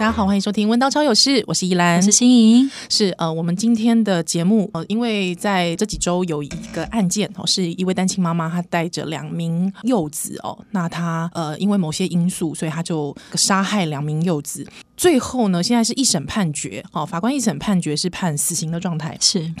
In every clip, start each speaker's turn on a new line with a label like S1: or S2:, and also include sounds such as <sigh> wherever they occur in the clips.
S1: 大家好，欢迎收听《温刀超有事》，我是依兰
S2: 我，是心怡。
S1: 是呃，我们今天的节目呃，因为在这几周有一个案件哦，是一位单亲妈妈，她带着两名幼子哦，那她呃因为某些因素，所以她就杀害两名幼子。最后呢，现在是一审判决哦，法官一审判决是判死刑的状态。
S2: 是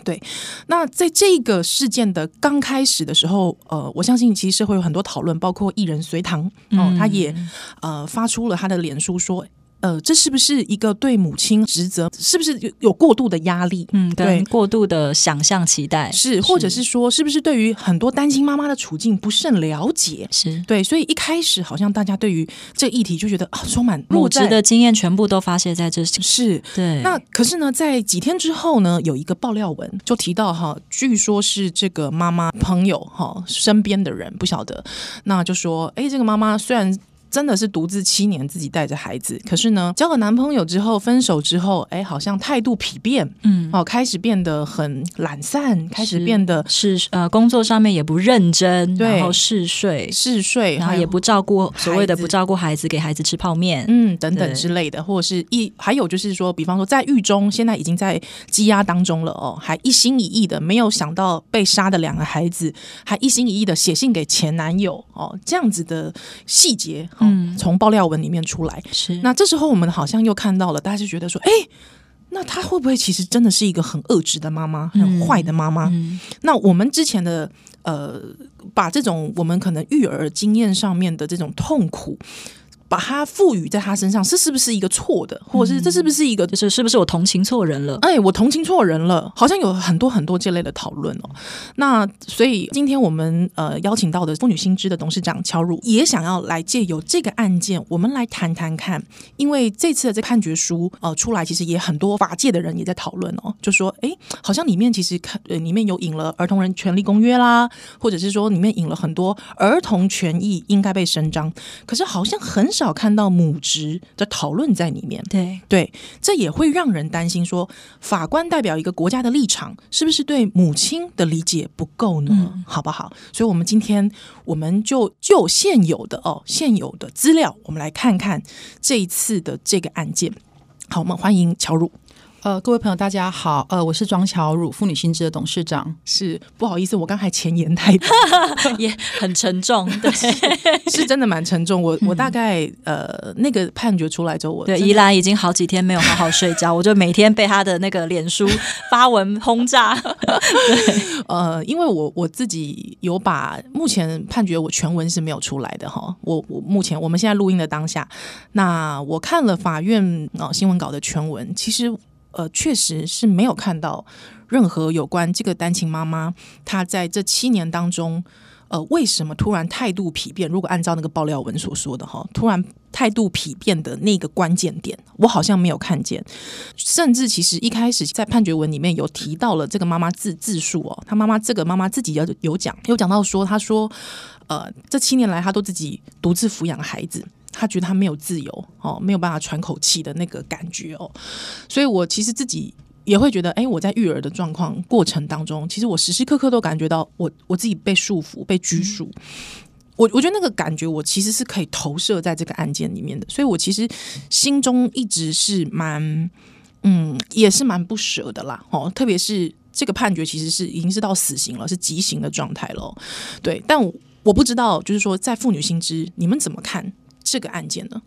S1: 那在这个事件的刚开始的时候，呃，我相信其实社会有很多讨论，包括艺人隋唐哦，
S2: 嗯
S1: 他也呃发出了他的脸书说。呃，这是不是一个对母亲职责，是不是有有过度的压力？
S2: 嗯，
S1: 对
S2: 跟过度的想象期待
S1: 是，或者是说，是不是对于很多单亲妈妈的处境不甚了解？
S2: 是
S1: 对，所以一开始好像大家对于这议题就觉得啊，充满
S2: 母
S1: 弱
S2: 职的经验全部都发泄在这
S1: 是。
S2: 对
S1: 那可是呢，在几天之后呢，有一个爆料文就提到哈，据说是这个妈妈朋友哈身边的人不晓得，那就说，哎，这个妈妈虽然。真的是独自七年自己带着孩子，可是呢，交了男朋友之后，分手之后，哎，好像态度疲变，
S2: 嗯。
S1: 哦，开始变得很懒散，开始
S2: 是
S1: 变得
S2: 是呃，工作上面也不认真，
S1: 对
S2: 然后嗜睡，
S1: 嗜睡，
S2: 然后
S1: 还有
S2: 也不照顾所谓的
S1: 孩子
S2: 不照顾孩子，给孩子吃泡面，
S1: 嗯，等等
S2: 对
S1: 之类的，或者是一还有就是说，比方说在狱中，现在已经在羁押当中了哦，还一心一意的没有想到被杀的两个孩子，还一心一意的写信给前男友哦，这样子的细节，哦、
S2: 嗯
S1: 从爆料文里面出来。
S2: 是
S1: 那这时候我们好像又看到了，大家就觉得说，哎。那她会不会其实真的是一个很恶质的妈妈，很
S2: 嗯
S1: 坏的妈妈？
S2: 嗯
S1: 那我们之前的呃，把这种我们可能育儿经验上面的这种痛苦，把它赋予在他身上，这是不是一个错的，或者是这是不是一个？
S2: 就是是不是我同情错人了？
S1: 哎，我同情错人了，好像有很多很多这类的讨论哦。那所以今天我们呃邀请到的妇女新知的董事长乔汝也想要来借由这个案件，我们来谈谈看，因为这次的这判决书呃出来，其实也很多法界的人也在讨论哦，就说哎，好像里面其实看呃里面有引了《儿童人权利公约》啦，或者是说里面引了很多儿童权益应该被伸张，可是好像很少看到母职的讨论在里面。
S2: 对，
S1: 对，这也会让人担心说，法官代表一个国家的立场，是不是对母亲的理解不够呢？好不好？所以，我们今天我们就就现有的哦，现有的资料，我们来看看这一次的这个案件。好，我们欢迎乔汝。
S3: 呃，各位朋友，大家好，呃，我是庄巧汝，妇女新知的董事长。
S1: 是不好意思，我刚才前言太多，
S2: <laughs> 也很
S1: <laughs>
S2: 沉重， <laughs> 对
S1: 是真的蛮沉重。我我大概呃，那个判决出来之后，我
S2: 对，
S1: 真的
S2: 宜兰已经好几天没有好好睡觉，我就每天被他的那个脸书发文轰炸。
S1: 呃，因为我我自己有把目前判决我全文是没有出来的哈，我我目前我们现在录音的当下，那我看了法院呃新闻稿的全文，其实呃确实是没有看到任何有关这个单亲妈妈她在这七年当中。呃，为什么突然态度疲变？如果按照那个爆料文所说的哈，突然态度疲变的那个关键点，我好像没有看见。甚至其实一开始在判决文里面有提到了这个妈妈自自述哦，她妈妈这个妈妈自己有有讲，有讲到说，她说，呃，这七年来她都自己独自抚养孩子。她觉得她没有自由哦，没有办法喘口气的那个感觉哦，所以我其实自己也会觉得，哎，我在育儿的状况过程当中，其实我时时刻刻都感觉到我我自己被束缚、被拘束。我我觉得那个感觉，我其实是可以投射在这个案件里面的，所以我其实心中一直是蛮嗯，也是蛮不舍的啦，哦，特别是这个判决其实是已经是到死刑了，是极刑的状态了哦，对，但我我不知道，就是说在妇女心知，你们怎么看这个案件呢？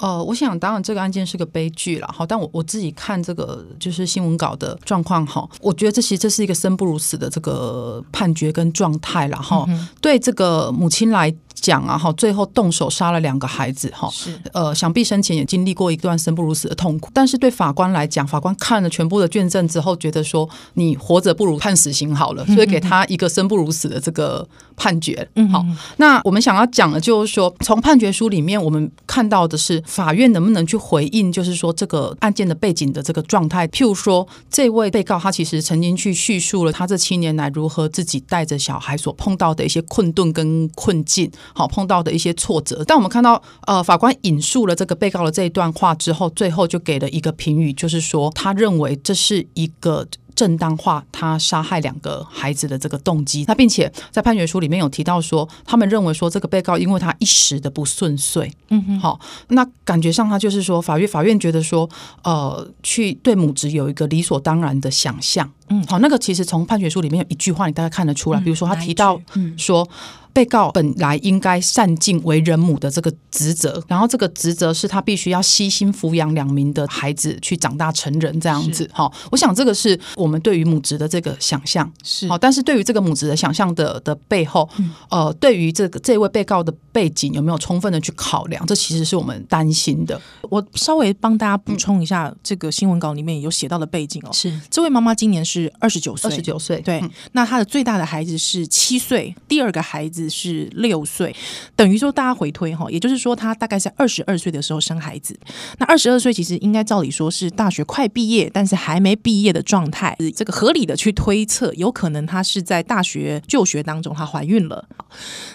S3: 呃，我想当然这个案件是个悲剧了，好，但我我自己看这个就是新闻稿的状况哈，我觉得这其实这是一个生不如死的这个判决跟状态了哈。对这个母亲来讲啊哈，最后动手杀了两个孩子哈，
S1: 是
S3: 呃，想必生前也经历过一段生不如死的痛苦，但是对法官来讲，法官看了全部的卷证之后，觉得说你活着不如判死刑好了，所以给他一个生不如死的这个判决。嗯，好，那我们想要讲的就是说，从判决书里面我们看到的是法院能不能去回应，就是说这个案件的背景的这个状态，譬如说这位被告他其实曾经去叙述了他这七年来如何自己带着小孩所碰到的一些困顿跟困境，好碰到的一些挫折。但我们看到，呃，法官引述了这个被告的这一段话之后，最后就给了一个评语，就是说他认为这是一个。正当化他杀害两个孩子的这个动机，那并且在判决书里面有提到说，他们认为说这个被告因为他一时的不顺遂，嗯哼，好，那感觉上他就是说，法院法院觉得说，呃，去对母职有一个理所当然的想象，嗯，好，那个其实从判决书里面有一句话，你大概看得出来，比如说他
S2: 哪一
S3: 提到
S2: 句
S3: 说。被告本来应该善尽为人母的这个职责，然后这个职责是他必须要悉心抚养两名的孩子去长大成人这样子。好，我想这个是我们对于母职的这个想象。
S1: 是
S3: 好，但是对于这个母职的想象的的背后，呃，对于这个这位被告的背景有没有充分的去考量，这其实是我们担心的。
S1: 我稍微帮大家补充一下这个新闻稿里面有写到的背景哦。
S2: 是
S1: 这位妈妈今年是二十九岁，
S3: 二十九岁，
S1: 对，嗯那她的最大的孩子是七岁，第二个孩子是六岁，等于说大家回推哈，也就是说她大概在二十二岁的时候生孩子。那二十二岁其实应该照理说是大学快毕业，但是还没毕业的状态，这个合理的去推测，有可能她是在大学就学当中她怀孕了。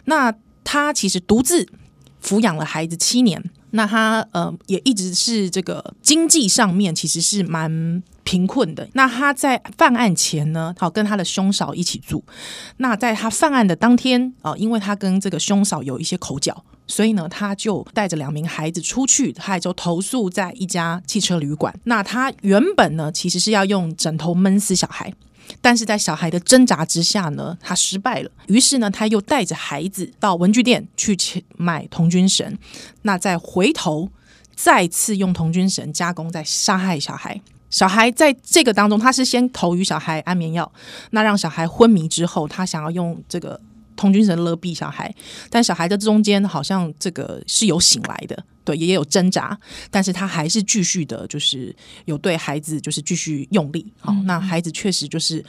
S1: 那她其实独自抚养了孩子七年，那她呃也一直是这个经济上面其实是蛮贫困的。那她在犯案前呢，好跟她的兄嫂一起住。那在她犯案的当天啊、呃因为她跟这个兄嫂有一些口角。所以呢，她就带着两名孩子出去，她也就投诉在一家汽车旅馆。那她原本呢，其实是要用枕头闷死小孩，但是在小孩的挣扎之下呢，他失败了。于是呢，他又带着孩子到文具店去切买童军绳，那再回头再次用童军绳加工，再杀害小孩。小孩在这个当中，他是先投予小孩安眠药，那让小孩昏迷之后，他想要用这个童军绳勒毙小孩，但小孩在中间好像这个是有醒来的，对，也有挣扎，但是他还是继续的，就是有对孩子就是继续用力，好、那孩子确实就是。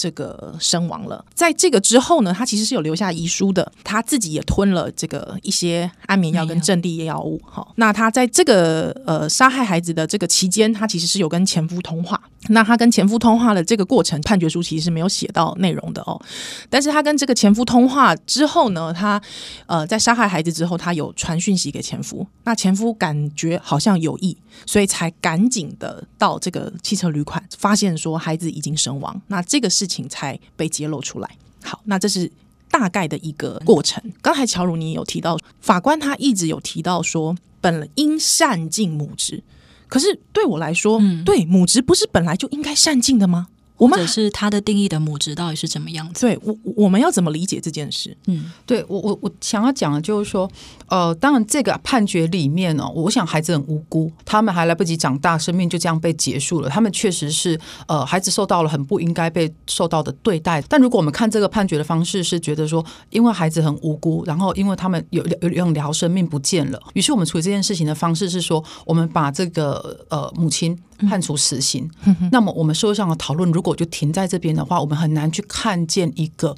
S1: 这个身亡了，在这个之后呢，他其实是有留下遗书的，他自己也吞了这个一些安眠药跟镇定药物。好，那他在这个呃杀害孩子的这个期间，他其实是有跟前夫通话。那他跟前夫通话的这个过程，判决书其实是没有写到内容的哦。但是他跟这个前夫通话之后呢，他呃在杀害孩子之后，他有传讯息给前夫，那前夫感觉好像有意，所以才赶紧的到这个汽车旅馆，发现说孩子已经身亡，那这个事情才被揭露出来。好，那这是。大概的一个过程。刚才乔汝你也有提到，法官他一直有提到说，本应善尽母职，可是对我来说，对母职不是本来就应该善尽的吗？我
S2: 嗯或
S1: 们
S2: 者是他的定义的母职到底是怎么样子？
S1: 对我我们要怎么理解这件事？
S2: 嗯，
S3: 对我我我想要讲的就是说，呃，当然这个判决里面哦，我想孩子很无辜，他们还来不及长大，生命就这样被结束了。他们确实是呃，孩子受到了很不应该被受到的对待。但如果我们看这个判决的方式，是觉得说，因为孩子很无辜，然后因为他们有有两条生命不见了，于是我们处理这件事情的方式是说，我们把这个呃母亲。判处死刑，那么我们社会上的讨论如果就停在这边的话，我们很难去看见一个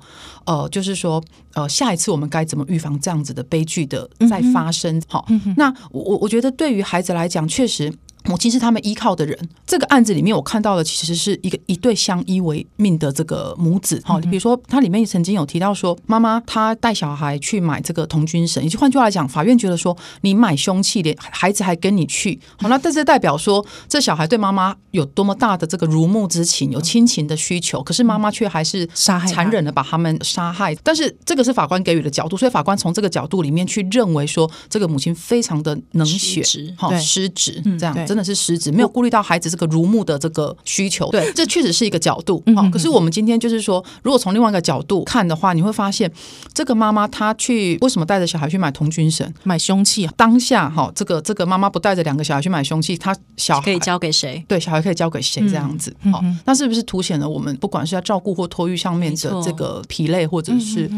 S3: 呃，就是说，呃，下一次我们该怎么预防这样子的悲剧的
S1: 嗯
S3: 再发生？好、那我我我觉得对于孩子来讲，确实。母亲是他们依靠的人。这个案子里面，我看到的其实是一个一对相依为命的这个母子。
S1: 嗯
S3: 好、比如说，它里面曾经有提到说，妈妈她带小孩去买这个童军绳，也就换句话来讲，法院觉得说，你买凶器，连孩子还跟你去，好，那这是代表说，这小孩对妈妈有多么大的这个如沐之情，有亲情的需求，可是妈妈却还是
S1: 杀害他
S3: 残忍的把他们杀害。但是这个是法官给予的角度，所以法官从这个角度里面去认为说，这个母亲非常的能
S2: 失
S3: 血
S2: 职，
S3: 好
S1: 对
S3: 失职，这
S1: 对
S3: 样真的是失职，没有顾虑到孩子这个如沐的这个需求。对，这确实是一个角度。好，可是我们今天就是说，如果从另外一个角度看的话，你会发现这个妈妈她去为什么带着小孩去买童军绳？
S1: 买凶器啊
S3: 当下哈，这个这个妈妈不带着两个小孩去买凶器，她小孩
S2: 可以交给谁？
S3: 对小孩可以交给谁
S1: 嗯
S3: 这样子，好、那是不是凸显了我们不管是在照顾或托育上
S2: 没
S3: 面的
S2: 错
S3: 这个疲累，或者是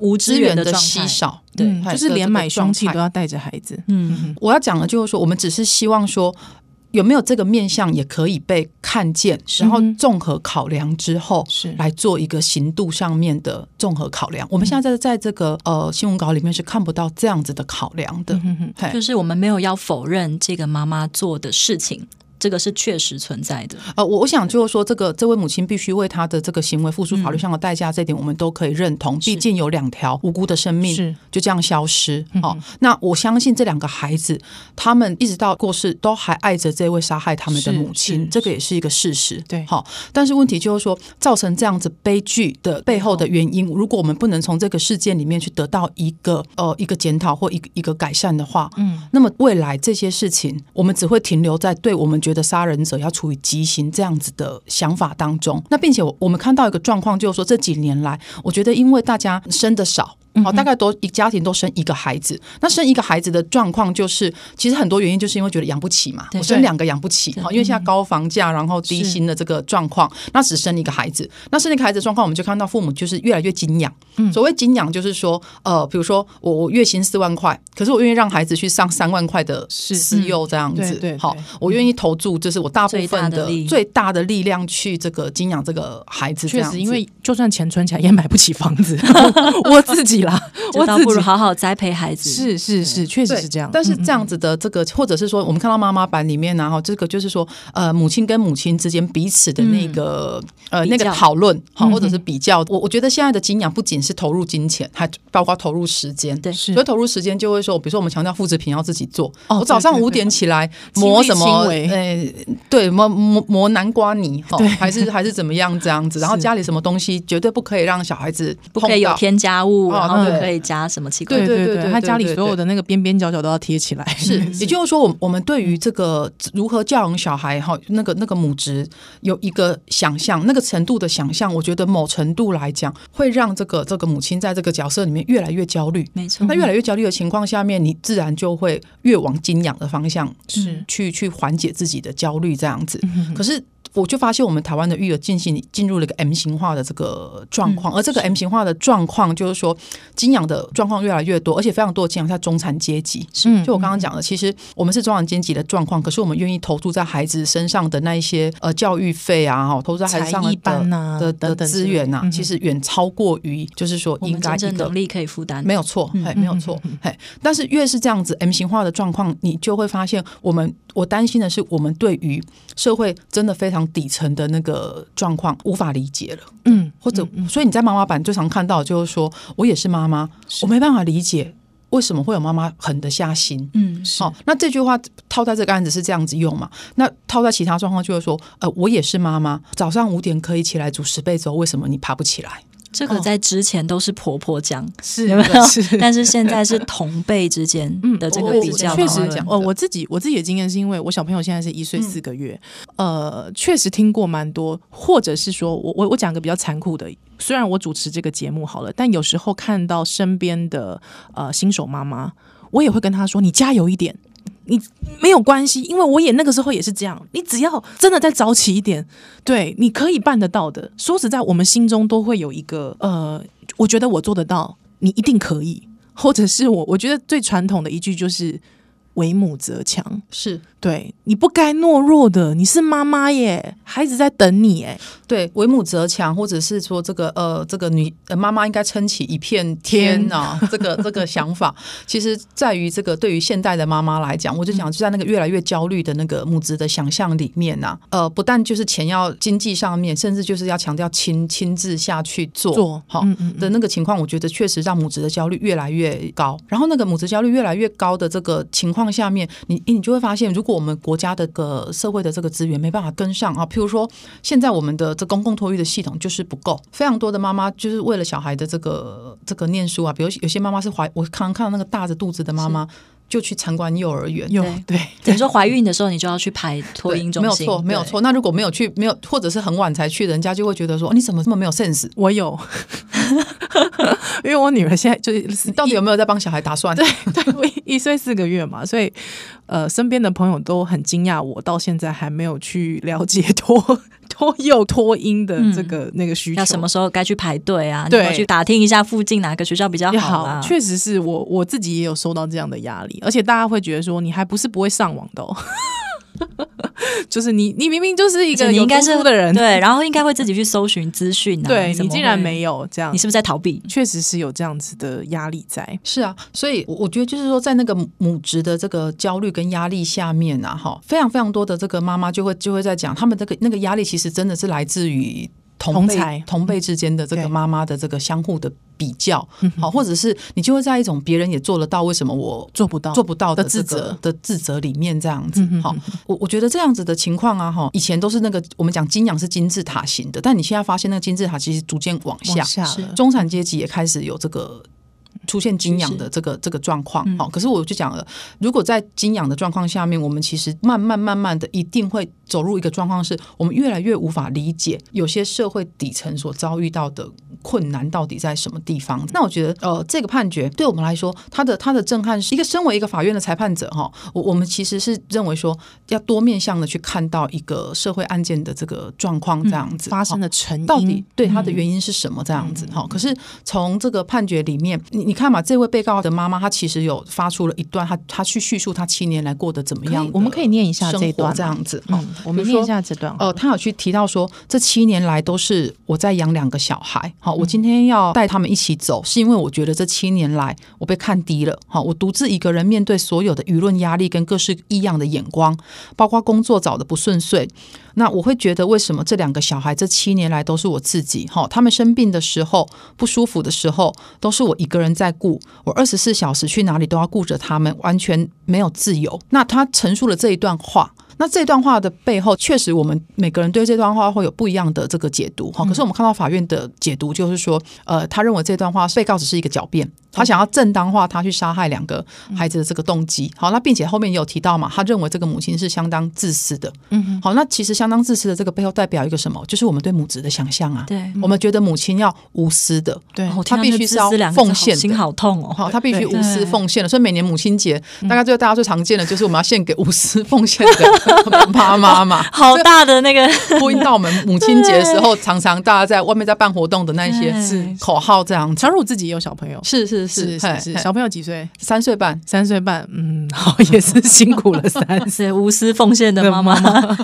S2: 无
S3: 资源的
S2: 状
S3: 稀
S2: 态。
S3: 少？
S2: 对
S1: 嗯
S3: 还
S1: 就
S3: 有
S1: 是
S3: 这
S1: 连
S3: 个
S1: 买凶器
S3: 状态
S1: 都要带着孩子。
S2: 嗯，
S3: 我要讲的就是说，我们只是希望说。有没有这个面向也可以被看见，然后综合考量之后，
S1: 嗯是嗯
S3: 来做一个刑度上面的综合考量。我们现在在这个呃新闻稿里面是看不到
S1: 嗯
S3: 这样子的考量的，嘿
S2: 就是我们没有要否认这个妈妈做的事情，这个是确实存在的。
S3: 呃，我我想就是说，这个这位母亲必须为她的这个行为付出法
S1: 嗯
S3: 律上的代价，这一点我们都可以认同。毕竟有两条无辜的生命
S1: 是嗯
S3: 就这样消失。哦，那我相信这两个孩子，他们一直到过世都还爱着这位杀害他们的
S1: 是
S3: 母
S1: 是
S3: 亲，这个也是一个事实。
S1: 对
S3: 好、但是问题就是说，造成这样子悲剧的背后的原因，如果我们不能从这个事件里面去得到一个呃一个检讨或一个一个改善的话，嗯，那么未来这些事情，我们只会停留在对我们觉得杀人者要处以极刑这样子的想法当中。那并且我我们看到一个状况，就是说这几年来，我觉得因为大家生的少。
S2: 嗯
S3: 好，大概都一家庭都生一个孩子。那生一个孩子的状况就是，其实很多原因就是因为觉得养不起嘛，
S2: 对嗯
S3: 我生两个养不起。好，因为现在高房价，然后低
S2: 是
S3: 薪的这个状况，那只生一个孩子。那生一个孩子的状况，我们就看到父母就是越来越精养。所谓精养，就是说，呃，比如说我我月薪四万块，可是我愿意让孩子去上三万块的
S1: 是嗯
S3: 私幼这样
S1: 对
S3: 子。
S1: 对对
S3: 好，我愿意投注，就是我大部
S2: 最大
S3: 分
S2: 的力
S3: 最大的力量去这个精养这个孩子
S1: 确
S3: 这样子。
S1: 实，因为就算钱存起来也买不起房子，
S3: <laughs>
S1: 我自己啦，
S2: 就
S1: 我
S2: 倒
S1: 自
S2: 不如
S1: 己
S2: 好好栽培孩子。
S1: 是是是，确实
S3: 对，
S1: 是这样。
S3: 但是
S1: 嗯
S3: 这样子的这个，或者是说，我们看到妈妈版里面呢、啊然后这个就是说，呃，母亲跟母亲之间彼此的那个、呃
S2: 比
S3: 那
S2: 较
S3: 个讨论，好，
S1: 嗯
S3: 或者是比较。我我觉得现在的精养不仅是投入金钱，还包括投入时间。
S1: 嗯
S2: 对
S1: 是
S3: 所以投入时间就会说，比如说我们强调复制品要自己做。
S1: 哦
S3: 我早上
S1: 对对
S3: 五
S1: 对
S3: 点起来
S1: 亲
S3: 磨
S1: 力
S3: 什么？
S1: 亲为
S3: 呃，对，磨磨磨南瓜泥，哈
S1: 对，
S3: 还是还是怎么样这样子？然后
S1: 是
S3: 家里什么东西绝对不可以让小孩子
S2: 不可以有
S3: 碰到
S2: 添加物，
S3: 哦
S2: 然后不
S3: 对
S2: 可以加什么奇怪
S1: 对对
S2: 的。
S3: 对
S1: 对，
S3: 对
S1: 他
S3: 对
S1: 家里
S3: 对
S1: 所有
S3: 对
S1: 的那个边边角角都要贴起来。
S3: 是，
S1: <laughs>
S3: 也就是说，我们我们对于这个如何教养小孩哈，那个那个母职有一个想象，那个程度的想象，我觉得某程度来讲，会让这个这个母亲在这个角色里面越来越焦虑。
S2: 没错
S1: 嗯
S3: 那。越来越焦虑的情况下面，你自然就会越往精养的方向
S1: 是嗯
S3: 去去缓解自己的焦虑这样子。可是我就发现，我们台湾的育儿进行进入了一个 M 型化的这个状
S1: 嗯
S3: 况，而这个 M 型化的状况就是说，精养的状况越来越多，而且非常多的精养在中产阶级。
S1: 嗯
S3: 就我刚刚讲的，其实我们是中产阶级的状况，可是我们愿意投注在孩子身上的那一些呃教育费啊，哈，投注在孩子上
S1: 才艺
S3: 的
S1: 班啊
S3: 的
S1: 等
S3: 的
S1: 等
S3: 的
S1: 之类
S3: 资源呐、
S1: 嗯
S3: 其实远超过于就是说
S2: 我
S3: 应
S2: 们
S3: 该
S2: 真
S3: 一
S2: 正
S3: 个
S2: 能力可以负担，
S3: 没有错，
S1: 嗯
S3: 嘿，没有错，嘿。但是越是这样子 M 型化的状况，你就会发现，我们我担心的是，我们对于社会真的非常底层的那个状况无法理解了，
S1: 嗯，
S3: 或者，所以你在妈妈版最常看到的就是说，我也是妈妈，我没办法理解为什么会有妈妈狠得下心，
S2: 嗯，
S3: 哦，那这句话套在这个案子是这样子用嘛？那套在其他状况就是说，呃，我也是妈妈，早上五点可以起来煮十倍粥，为什么你爬不起来？
S2: 这个在之前都是婆婆讲，
S3: <laughs>
S1: 是
S2: 有没有
S1: 是？
S2: <laughs> 但是现在是同辈之间的这个嗯
S3: 嗯我
S2: 比较，
S1: 确
S3: 我
S1: 实
S3: 我
S1: 讲
S3: 讲，
S1: 哦，
S3: 的
S1: 我自己我自己的经验是因为我小朋友现在是一岁四个月，呃，确实听过蛮多，或者是说我我我讲个比较残酷的，虽然我主持这个节目好了，但有时候看到身边的呃新手妈妈，我也会跟她说：“你加油一点。”你没有关系，因为我也那个时候也是这样。你只要真的再早起一点，对，你可以办得到的。说实在，我们心中都会有一个呃，我觉得我做得到，你一定可以，或者是我我 <laughs> 觉得最传统的一句就是“为母则强
S3: 是”，
S1: 对，你不该懦弱的，你是妈妈耶，孩子在等你哎，
S3: 对，为母则强，或者是说这个呃，这个女、呃、妈妈应该撑起一片天啊，这个这个想法，其实在于这个对于现代的妈妈来讲，我就
S1: 嗯
S3: 讲就在那个越来越焦虑的那个母职的想象里面呐、呃，不但就是钱要经济上面，甚至就是要强调亲亲自下去做
S1: 做
S3: 好、
S1: 嗯嗯嗯
S3: 的那个情况，我觉得确实让母职的焦虑越来越高。然后那个母职焦虑越来越高的这个情况下面，你你就会发现，如果我们国家的个社会的这个资源没办法跟上啊，譬如说现在我们的这公共托育的系统就是不够，非常多的妈妈就是为了小孩的这个这个念书啊，比如有些妈妈是怀，我常常看到那个大着肚子的妈妈就去参观幼儿园。
S1: 有
S2: 对
S1: 对
S2: 等于说怀孕的时候你就要去排托
S3: 对
S2: 婴中
S3: 没有
S2: 心，
S3: 错，没有
S2: 对。
S3: 错。那如果没有去，没有或者是很晚才去，人家就会觉得说你怎么这么没有 sense？
S1: 我有， <laughs> 因为我女儿现在就是
S3: 你到底有没有在帮小孩打算？对，
S1: <laughs> 对我一一岁四个月嘛，所以呃，身边的朋友都很惊讶，我到现在还没有去了解 <laughs> 脱脱幼脱音的这个、那个需求。
S2: 要什么时候该去排队啊？
S1: 对
S2: 你要去打听一下附近哪个学校比较
S1: 也
S2: 好
S1: 好，
S2: 啊？
S1: 确实是我我自己也有受到这样的压力，而且大家会觉得说你还不是不会上网的、哦， <laughs> 就是你，你明明就是一
S2: 而且
S1: 个
S2: 你
S1: 有
S2: 应该
S1: 读
S2: 是
S1: 书的人，
S2: 对，然后应该会自己去搜寻资讯啊。
S1: 对
S2: 怎
S1: 你
S2: 么
S1: 竟然
S2: 会
S1: 没，有这样
S2: 你，是不是在逃避？
S1: 确实是有这样子的压力在。
S3: 是啊，所以我我觉得就是说，在那个母母职的这个焦虑跟压力下面啊，哈，非常非常多的这个妈妈就会就会在讲，他们这个那个压力其实真的是来自于。同
S1: 同
S3: 辈
S1: 才嗯
S3: 同辈之间的这个
S1: 对嗯
S3: 妈妈的这个相互的比较，好，或者是你就会在一种别人也做得到，为什么我
S1: 做不到，
S3: 做不到的
S1: 的自
S3: 这个
S1: 责嗯
S3: 的自责里面这样子。好，我我觉得这样子的情况啊，哈，以前都是那个我们讲金羊是金字塔型的，但你现在发现那个金字塔其实逐渐往下，
S1: 往下了
S3: 中产阶级也开始有这个。出现金
S2: 趋
S3: 羊
S2: 势
S3: 的这个这个状况，好、可是我就讲了，如果在金羊的状况下面，我们其实慢慢慢慢的一定会走入一个状况，是我们越来越无法理解有些社会底层所遭遇到的困难到底在什么地方。那我觉得，呃，这个判决对我们来说，它的它的震撼是一个身为一个法院的裁判者哈、我我们其实是认为说要多面向的去看到一个社会案件的这个状况这样
S1: 嗯
S3: 子、
S1: 发生
S3: 的。
S1: 的成因，嗯
S3: 到底对他的原因是什么？这样子哈、可是从这个判决里面，你你看嘛，这位被告的妈妈，她其实有发出了一段，她她去叙述她七年来过得怎么
S1: 可以
S3: 样的
S1: 我们可以念一下
S3: 生
S1: 这一
S3: 活
S1: 段
S3: 这
S1: 吗
S3: 样子哈、
S1: 嗯，我们
S3: 比如
S1: 念
S3: 说
S1: 一下这段好
S3: 哦，
S1: 了。
S3: 他有去提到说，这七年来都是我在养两个小孩。好，我今天要带他们一起走，是因为我觉得这七年来我被看低了。好，我独自一个人面对所有的舆论压力跟各式异样的眼光，包括工作找的不顺遂。那我会觉得，为什么这两个小孩这七年来都是我自己？哈，他们生病的时候、不舒服的时候，都是我一个人在顾。我二十四小时去哪里都要顾着他们，完全没有自由。那他陈述了这一段话，那这段话的背后，确实我们每个人对这段话会有不一样的这个解读哈。可是我们看到法院的解读，就是说，呃，他认为这段话被告只是一个狡辩，他想要正当化他去杀害两个孩子的这个动机。好，那并且后面也有提到嘛，他认为这个母亲是相当自私的。嗯，好，那其实相当自私的这个背后代表一个什么？就是我们对母职的想象啊。
S2: 对
S3: 我们觉得母亲要无私的，
S1: 对
S2: 哦我听
S3: 他
S2: 到
S3: 必
S2: 那
S3: 须
S2: 自
S3: 是要
S2: 私两个字
S3: 奉
S2: 好
S3: 献的
S2: 心好
S1: <laughs>
S2: 痛哦。
S3: 好，他必须
S1: 对
S3: 无私
S2: 对
S3: 奉献了，所以每年母亲节，大概最大家最常见的就是我们要献给无私奉献的 <laughs> 妈妈 <laughs> 嘛。
S2: 好大的那个， <laughs>
S3: 呼应到我们母亲节的时候，常常大家在外面在办活动的那一些
S2: 对
S3: 是口号这样子。
S1: 乔汝自己也有小朋友，
S3: 是是
S1: 是是
S3: 嘿
S1: 是，
S3: 嘿
S1: 小朋友几岁？
S3: 三岁半，
S1: 三岁半，嗯， <laughs> 好，也是辛苦 <laughs> 了三
S2: 是无私奉献的
S1: 对
S2: 妈妈。 <laughs>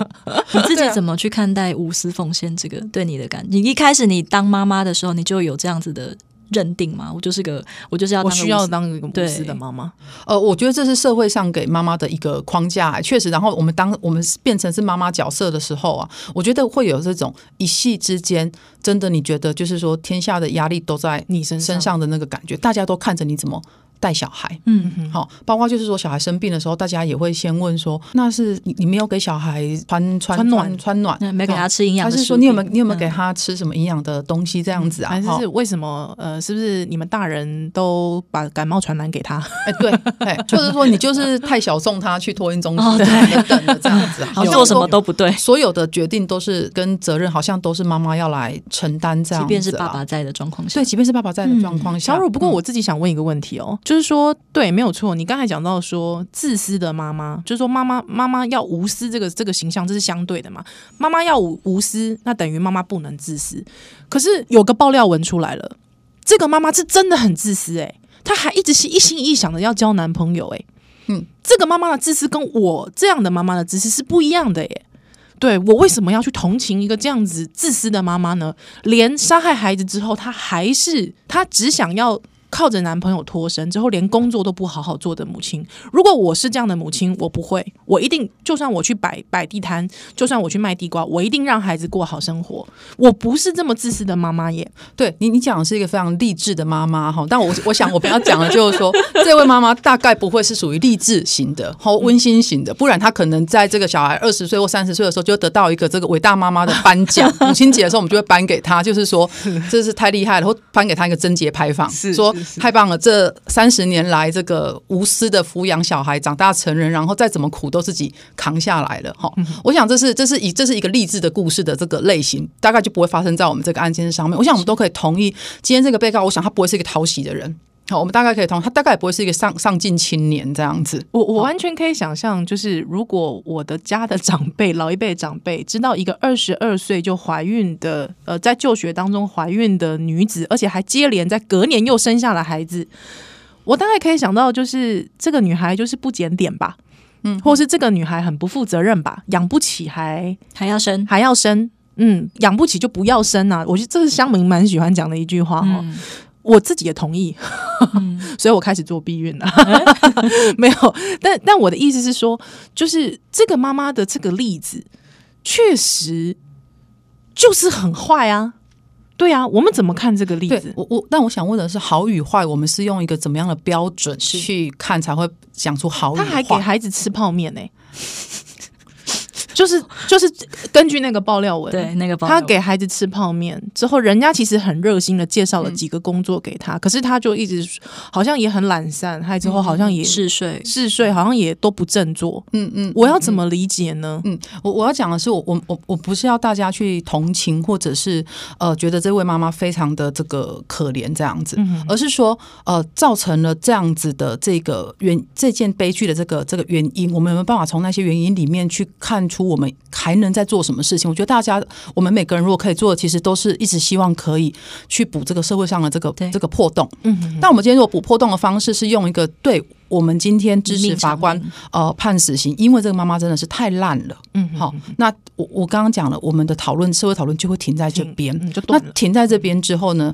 S2: 你自
S1: 啊
S2: 己怎么去看待无私奉献这个对你的感？你一开始你当妈妈的时候，你就有这样子的认定吗？我就是个，我就是要
S1: 我
S2: 当个
S1: 需要
S2: 无私
S1: 当一个无私的妈妈，
S3: 呃，我觉得这是社会上给妈妈的一个框架、哎确实。然后我们当我们变成是妈妈角色的时候啊，我觉得会有这种一夕之间，真的你觉得就是说天下的压力都在
S1: 你身上
S3: 身上的那个感觉，大家都看着你怎么带小孩。
S2: 嗯，
S3: 好，包括就是说小孩生病的时候，大家也会先问说，那是你你没有给小孩穿穿
S1: 穿暖
S3: 穿穿暖，
S2: 嗯，没给他
S3: 好
S2: 吃营养
S3: 还
S2: 的食品，
S3: 是说你有没有你有没有
S2: 嗯
S3: 给他吃什么营养的东西这样子啊？
S1: 还是
S3: 哈
S1: 是为什么？呃，是不是你们大人都把感冒传染给他？
S3: 哎、对，哎，或者说你就是太小送他去托婴
S2: <laughs>
S3: 中
S2: 哦
S3: 心
S2: 对
S3: 等等的这样
S2: <laughs>
S3: 子，
S2: 好
S3: 好
S2: 像
S3: 像
S2: 做什么都不对，
S3: 所有的决定都是跟责任，好像都是妈妈要来承担这
S2: 即
S3: 样子啦，啊
S2: 便是爸爸在的状况下
S3: 对，，即便是爸爸在的
S2: 嗯
S3: 状况下，
S1: 小汝，不过我自己想问一个问题哦，就是说，对，没有错，你刚才讲到说自私的妈妈，就是说妈妈妈妈要无私这个这个形象，这是相对的嘛？妈妈要无无私，那等于妈妈不能自私。可是有个爆料文出来了，这个妈妈是真的很自私哎、她还一直是一心一意想着要交男朋友哎、
S3: 嗯，
S1: 这个妈妈的自私跟我这样的妈妈的自私是不一样的耶、欸对我为什么要去同情一个这样子自私的妈妈呢？连杀害孩子之后，她还是她只想要靠着男朋友脱身，之后连工作都不好好做的母亲。如果我是这样的母亲，我不会，我一定就算我去摆摆地摊，就算我去卖地瓜，我一定让孩子过好生活。我不是这么自私的妈妈耶。
S3: 对你，你讲的是一个非常励志的妈妈哈，但我我想我们要讲的就是说，这位妈妈大概不会是属于励志型的，好
S1: 嗯
S3: 温馨型的，不然她可能在这个小孩二十岁或三十岁的时候，就会得到一个这个伟大妈妈的
S1: <laughs>
S3: 颁奖。母亲节的时候，我们就会颁给她，就是说这是太厉害了，或颁给她一个贞节牌坊，
S1: 是
S3: 说
S1: 是是
S3: 太棒了，这三十年来这个无私的抚养小孩长大成人，然后再怎么苦都自己扛下来了哈。我想这是这是一这是一个励志的故事的这个类型，大概就不会发生在我们这个案件上面。我想我们都可以同意，今天这个被告，我想他不会是一个讨喜的人。好，我们大概可以同，他大概也不会是一个上上进青年这样子。
S1: 我我完全可以想象，就是如果我的家的长辈、老一辈的长辈知道一个二十二岁就怀孕的，呃，在就学当中怀孕的女子，而且还接连在隔年又生下了孩子，我大概可以想到，就是这个女孩就是不检点吧。嗯，或是这个女孩很不负责任吧，养不起还
S2: 还要生，
S1: 还要生，嗯，养不起就不要生啊。我觉得这是乡民蛮喜欢讲的一句话哈、
S2: 嗯
S1: 我自己也同意，
S2: 嗯
S1: <laughs> 所以我开始做避
S2: <laughs>
S1: 孕了。没有，但但我的意思是说，就是这个妈妈的这个例子，确实就是很坏啊。对啊，我们怎么看这个例
S3: 对
S1: 子？
S3: 我我，但我想问的是，好与坏，我们是用一个怎么样的标准去看才会讲出好与
S1: 他
S3: 坏？
S1: 还给孩子吃泡
S2: <laughs>
S1: 面呢、就是就是根据那个爆料文，
S2: 对，那个包
S1: 他
S2: 邮
S1: 给孩子吃泡面之后，人家其实很热心的介绍了
S3: 嗯
S1: 几个工作给他，可是他就一直好像也很懒散，还之后好像也
S2: 嗜睡，
S1: 嗜睡，好像也都不振作。
S3: 嗯嗯，
S1: 我要怎么理解呢？
S3: 嗯，我我要讲的是，我我我我不是要大家去同情，或者是呃觉得这位妈妈非常的这个可怜这样子，而是说呃造成了这样子的这个原这件悲剧的这个这个原因，我们有没有办法从那些原因里面去看出我们还能在做什么事情？我觉得大家我们每个人如果可以做的，其实都是一直希望可以去补这个社会上的这个
S2: 对
S3: 这个破洞。
S1: 嗯哼，
S3: 但我们今天如果补破洞的方式是用一个对我们今天支持法官
S2: 命长
S3: 呃判死刑，因为这个妈妈真的是太烂了。
S1: 嗯哼
S3: 好，那我我刚刚讲了，我们的讨论社会讨论就会停在这边。
S1: 嗯就
S3: 那
S1: 断了。
S3: 停在这边之后呢，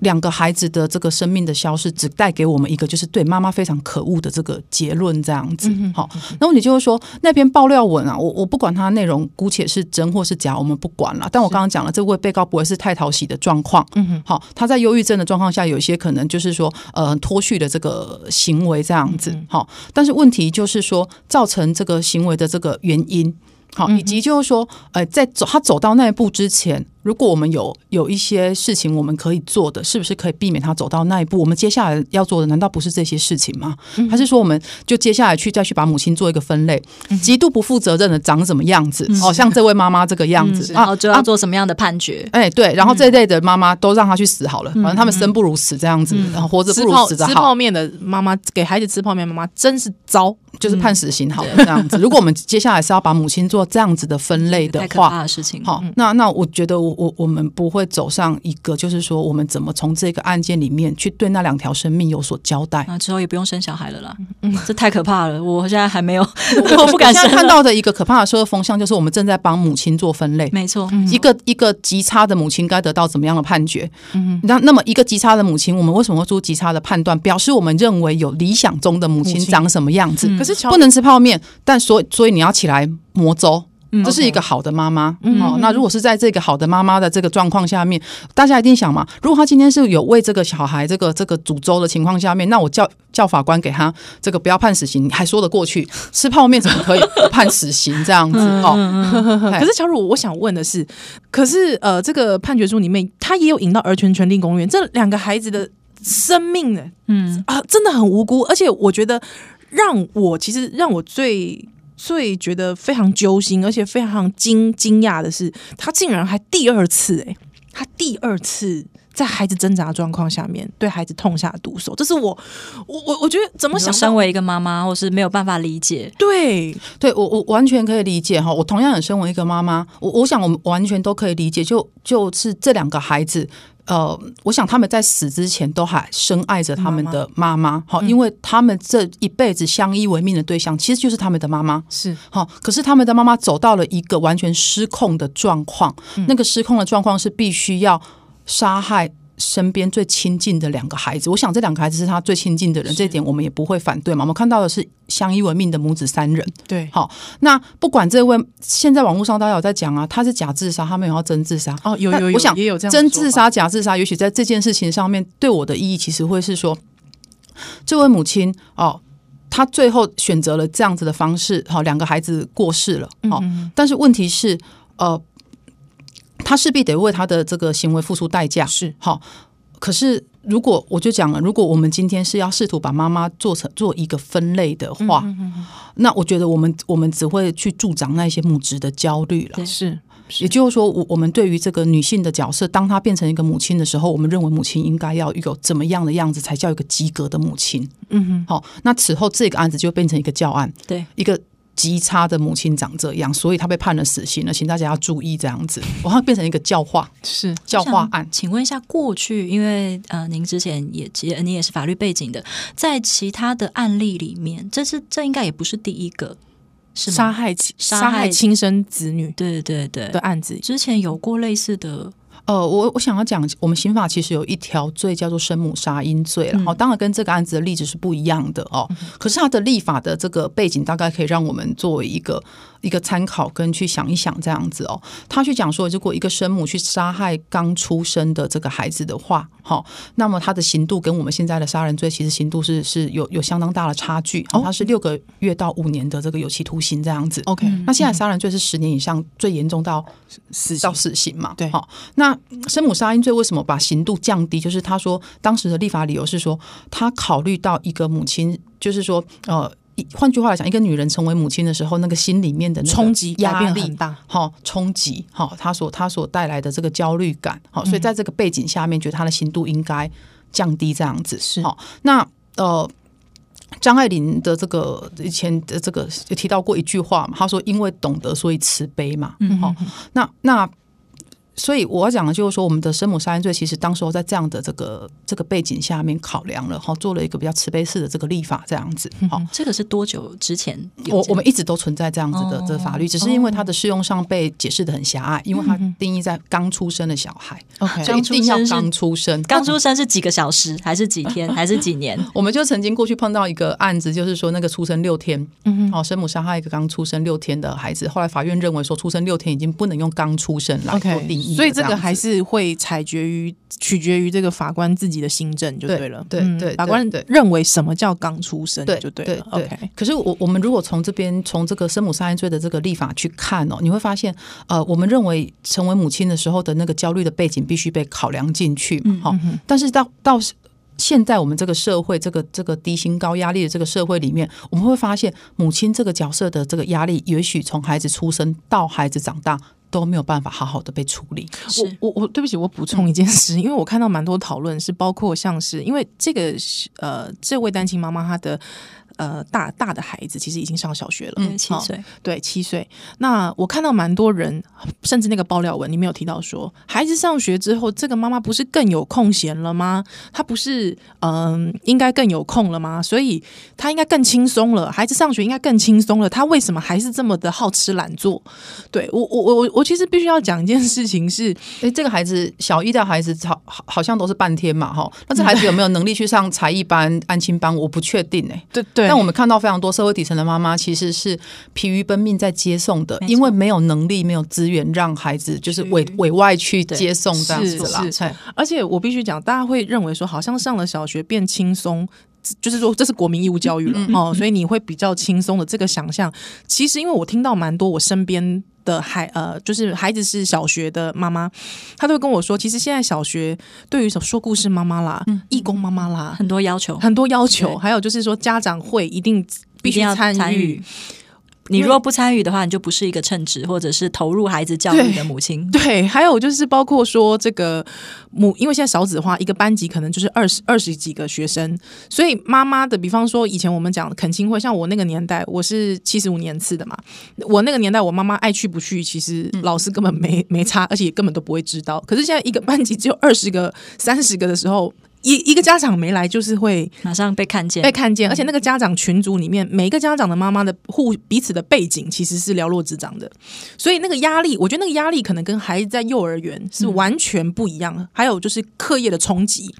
S3: 两个孩子的这个生命的消失，只带给我们一个就是对妈妈非常可恶的这个结论，这样
S1: 嗯
S3: 子。好，那么你就会说那篇爆料文啊，我我不管它内容，姑且是真或是假，我们不管了。但我刚刚讲了，这位被告不会是太讨喜的状况。
S1: 嗯哼，
S3: 好，他在忧郁症的状况下，有一些可能就是说，呃，很脱序的这个行为这样
S1: 嗯
S3: 子。好，但是问题就是说，造成这个行为的这个原因。
S2: 嗯
S3: 好，以及就是说，呃，在走他走到那一步之前，如果我们有有一些事情我们可以做的，是不是可以避免他走到那一步？我们接下来要做的，难道不是这些事情吗？
S2: 嗯
S3: 还是说我们就接下来去再去把母亲做一个分类，
S2: 嗯
S3: 极度不负责任的长什么样子？哦，像这位妈妈这个样子、啊
S2: 然后嗯就要嗯做什么样的判决？
S3: 哎，对，然后这一类的妈妈都让她去死好了，
S2: 嗯
S3: 反正他们生不如死这样子，然后活着不
S1: 吃
S3: 如
S1: 泡
S3: 死的
S1: 吃
S3: 好
S1: 泡，面的妈妈给孩子吃泡面，妈妈真是糟。
S3: 就是判死刑好了这样 <laughs> 子。如果我们接下来是要把母亲做这样子的分类的
S2: 太可怕
S3: 话，
S2: 的事情，
S3: 好，那那我觉得我我我们不会走上一个就是说我们怎么从这个案件里面去对那两条生命有所交代。
S2: 啊，之后也不用生小孩了啦，
S3: 嗯
S2: 这太可怕了，我现在还没
S3: <laughs>
S2: 有，我
S3: <laughs> 我
S2: 不敢
S3: 现
S2: 生
S3: 在看
S2: 了。
S3: 到的一个可怕的社会风向就是我们正在帮母亲做分类，
S2: 没错，
S3: 一个一个极差的母亲该得到怎么样的判决？那那么一个极差的母亲，我们为什么会做极差的判断？表示我们认为有理想中的母亲
S1: 母亲
S3: 长什么样子，
S1: 可是乔
S3: 嗯不能吃泡面，但所以所以你要起来磨粥。这是一个好的妈妈、
S1: 嗯
S3: 哦。那如果是在这个好的妈妈的这个状况下面，大家一定想嘛，如果她今天是有为这个小孩这个这个诅咒的情况下面，那我叫叫法官给他这个不要判死刑，还说得过去。吃泡面怎么可以不判死刑这样子哦？哎
S1: 可是乔汝，我想问的是，可是呃，这个判决书里面，他也有引到儿童权利公园这两个孩子的生命呢、
S2: 嗯，
S1: 啊，真的很无辜，而且我觉得让我其实让我最。最觉得非常揪心，而且非常惊惊讶的是，他竟然还第二次哎、他第二次在孩子挣扎状况下面对孩子痛下毒手，这是我我我我觉得怎么
S2: 我
S1: 想
S2: 想
S1: 到
S2: 身为一个妈妈，我是没有办法理解，
S1: 对
S3: 对我我完全可以理解哈，我同样也身为一个妈妈，我我想我们完全都可以理解，就就是这两个孩子。呃，我想他们在死之前都还深爱着他们的妈嗯妈，好，因为他们这一辈子相依为命的对象其实就是他们的妈妈，
S1: 是
S3: 好，可是他们的妈妈走到了一个完全失控的状况，那个失控的状况是必须要杀害。身边最亲近的两个孩子，我想这两个孩子是他最亲近的人，这一点我们也不会反对嘛。我们看到的是相依为命的母子三人，
S1: 对
S3: 好，那不管这位，现在网络上大家有在讲啊，他是假自杀，他没有要真自杀。
S1: 哦，有
S3: 那
S1: 有有，
S3: 我想
S1: 也有这样的
S3: 真
S1: 说
S3: 自
S1: 法
S3: 杀、假自杀，也许在这件事情上面对我的意义，其实会是说，这位母亲哦，她最后选择了这样子的方式，好、两个孩子过世了，好、
S1: 嗯
S3: 但是问题是，呃，她势必得为她的这个行为付出代价，
S1: 是
S3: 好、可是如果我就讲了，如果我们今天是要试图把妈妈做成做一个分类的话，
S1: 嗯
S3: 那我觉得我们我们只会去助长那些母职的焦虑了。
S1: 是
S3: 也就是说，我我们对于这个女性的角色，当她变成一个母亲的时候，我们认为母亲应该要有怎么样的样子才叫一个及格的母亲。
S1: 嗯哼
S3: 好、那此后这个案子就变成一个教案，
S2: 对，
S3: 一个极差的母亲长这样，所以他被判了死刑了，请大家要注意这样子，我它变成一个教化
S1: 是
S3: 教化案。
S2: 请问一下，过去因为呃，您之前也其实你也是法律背景的，在其他的案例里面，这是这应该也不是第一个，是
S1: 杀
S2: 吗？
S1: 害亲
S2: 杀
S1: 杀害
S2: 害
S1: 亲生子女
S2: 对对对
S1: 的案子，
S2: 之前有过类似的，
S3: 呃，我我想要讲，我们刑法其实有一条罪叫做生母杀婴罪然后、当然跟这个案子的例子是不一样的哦。可是它的立法的这个背景，大概可以让我们作为一个一个参考，跟去想一想这样子哦。他去讲说，如果一个生母去杀害刚出生的这个孩子的话，好、那么他的刑度跟我们现在的杀人罪其实刑度是是有有相当大的差距，哦，它是六个月到五年的这个有期徒刑这样子。哦
S1: OK 嗯
S3: 那现在杀人罪是十年以上，最严重到
S1: 死
S3: 到
S1: 刑
S3: 死刑嘛。
S1: 对
S3: 好、那生母杀婴罪为什么把刑度降低？就是他说当时的立法理由是说，他考虑到一个母亲，就是说，呃，一换句话来讲，一个女人成为母亲的时候，那个心里面的那个
S1: 冲击改
S3: 压
S1: 变
S3: 力
S1: 很。大，
S3: 好、冲击，好、他所他所带来的这个焦虑感，好、
S2: 嗯
S3: 所以在这个背景下面，觉得他的刑度应该降低，这样子
S1: 是
S3: 好、那呃，张爱玲的这个以前的这个有提到过一句话嘛，她说：“因为懂得，所以慈悲嘛。”
S2: 嗯
S3: 好、那那。所以我要讲的就是说，我们的生母杀人罪其实当时候在这样的这个这个背景下面考量了，好做了一个比较慈悲式的这个立法，这样子，好、
S2: 这个是多久之前有这样？
S3: 我我们一直都存在这样子的
S2: 哦
S3: 的法律，只是因为它的适用上被解释的很狭隘，因为它定义在刚出生的小孩，
S1: OK
S3: 所以一定要
S2: 刚出生是
S3: 刚出生。
S2: 刚出生是几个小时，还是几
S3: <laughs>
S2: 天，还是几年？
S3: 我们就曾经过去碰到一个案子，就是说那个出生六天，嗯，哦，生母杀害一个刚出生六天的孩子，后来法院认为说出生六天已经不能用刚出生来做定义
S1: OK，
S3: 了，
S1: 所以这
S3: 样
S1: 个
S3: 子
S1: 还是会采决于取决于这个法官自己的心证就
S3: 对
S1: 对了，
S3: 对
S1: 嗯
S3: 对
S1: 法官
S3: 对对
S1: 认为什么叫刚出生
S3: 对
S1: 就
S3: 对
S1: 了，OK，
S3: 可是我我们如果从这边从这个生母杀人罪的这个立法去看哦，你会发现，呃，我们认为成为母亲的时候的那个焦虑的背景必须被考量进去
S1: 嗯
S3: 嘛，哈、但是到到现在我们这个社会，这个这个低薪高压力的这个社会里面，我们会发现母亲这个角色的这个压力，也许从孩子出生到孩子长大都没有办法好好的被处理。
S2: 是
S1: 我我我对不起，我补充一件事，因为我看到蛮多讨论是包括像是因为这个是呃这位单亲妈妈她的呃大大的孩子其实已经上小学了，
S3: 嗯
S2: 对嗯七
S1: 好
S2: 岁，
S1: 对，七岁。那我看到蛮多人，甚至那个爆料文里面有提到说，孩子上学之后，这个妈妈不是更有空闲了吗？她不是嗯、应该更有空了吗？所以她应该更轻松了，孩子上学应该更轻松了，她为什么还是这么的好吃懒做？对我，我，我，我，我其实必须要讲一件事情是，
S3: 诶，这个孩子小一的孩子好好好像都是半天嘛，哈，那这孩子有没有能力去上才艺班、安亲班？我不确定诶。
S1: 对对
S3: 但我们看到非常多社会底层的妈妈其实是疲于奔命在接送的，
S2: 没错
S3: 因为没有能力、没有资源让孩子就是委
S2: 去
S3: 委外去接送这样子啦
S1: 是。是
S3: 哎
S1: 而且我必须讲，大家会认为说，好像上了小学变轻松。就是说，这是国民义务教育了、
S2: 嗯
S1: 哦，所以你会比较轻松的这个想象。其实，因为我听到蛮多我身边的孩呃，就是孩子是小学的妈妈，她都会跟我说，其实现在小学对于什么说故事妈妈啦、义工妈妈啦，
S2: 嗯很多要求，
S1: 很多要求，
S2: 对
S1: 还有就是说家长会一定必
S2: 一
S1: 须
S2: 定要参
S1: 与
S2: 与。你如果不参与的话，你就不是一个称职或者是投入孩子教育的母亲。
S1: 对，还有就是包括说这个母，因为现在少子化，一个班级可能就是二十二十几个学生，所以妈妈的，比方说以前我们讲恳亲会，像我那个年代，我是七十五年次的嘛，我那个年代我妈妈爱去不去，其实老师根本没没差，而且也根本都不会知道。可是现在一个班级只有二十个、三十个的时候。一一个家长没来，就是会
S2: 马上被看见
S1: 被，看见，而且那个家长群组里面，每一个家长的妈妈的互彼此的背景其实是寥落指掌的，所以那个压力，我觉得那个压力可能跟孩子在幼儿园是完全不一样的，还有就是课业的冲击。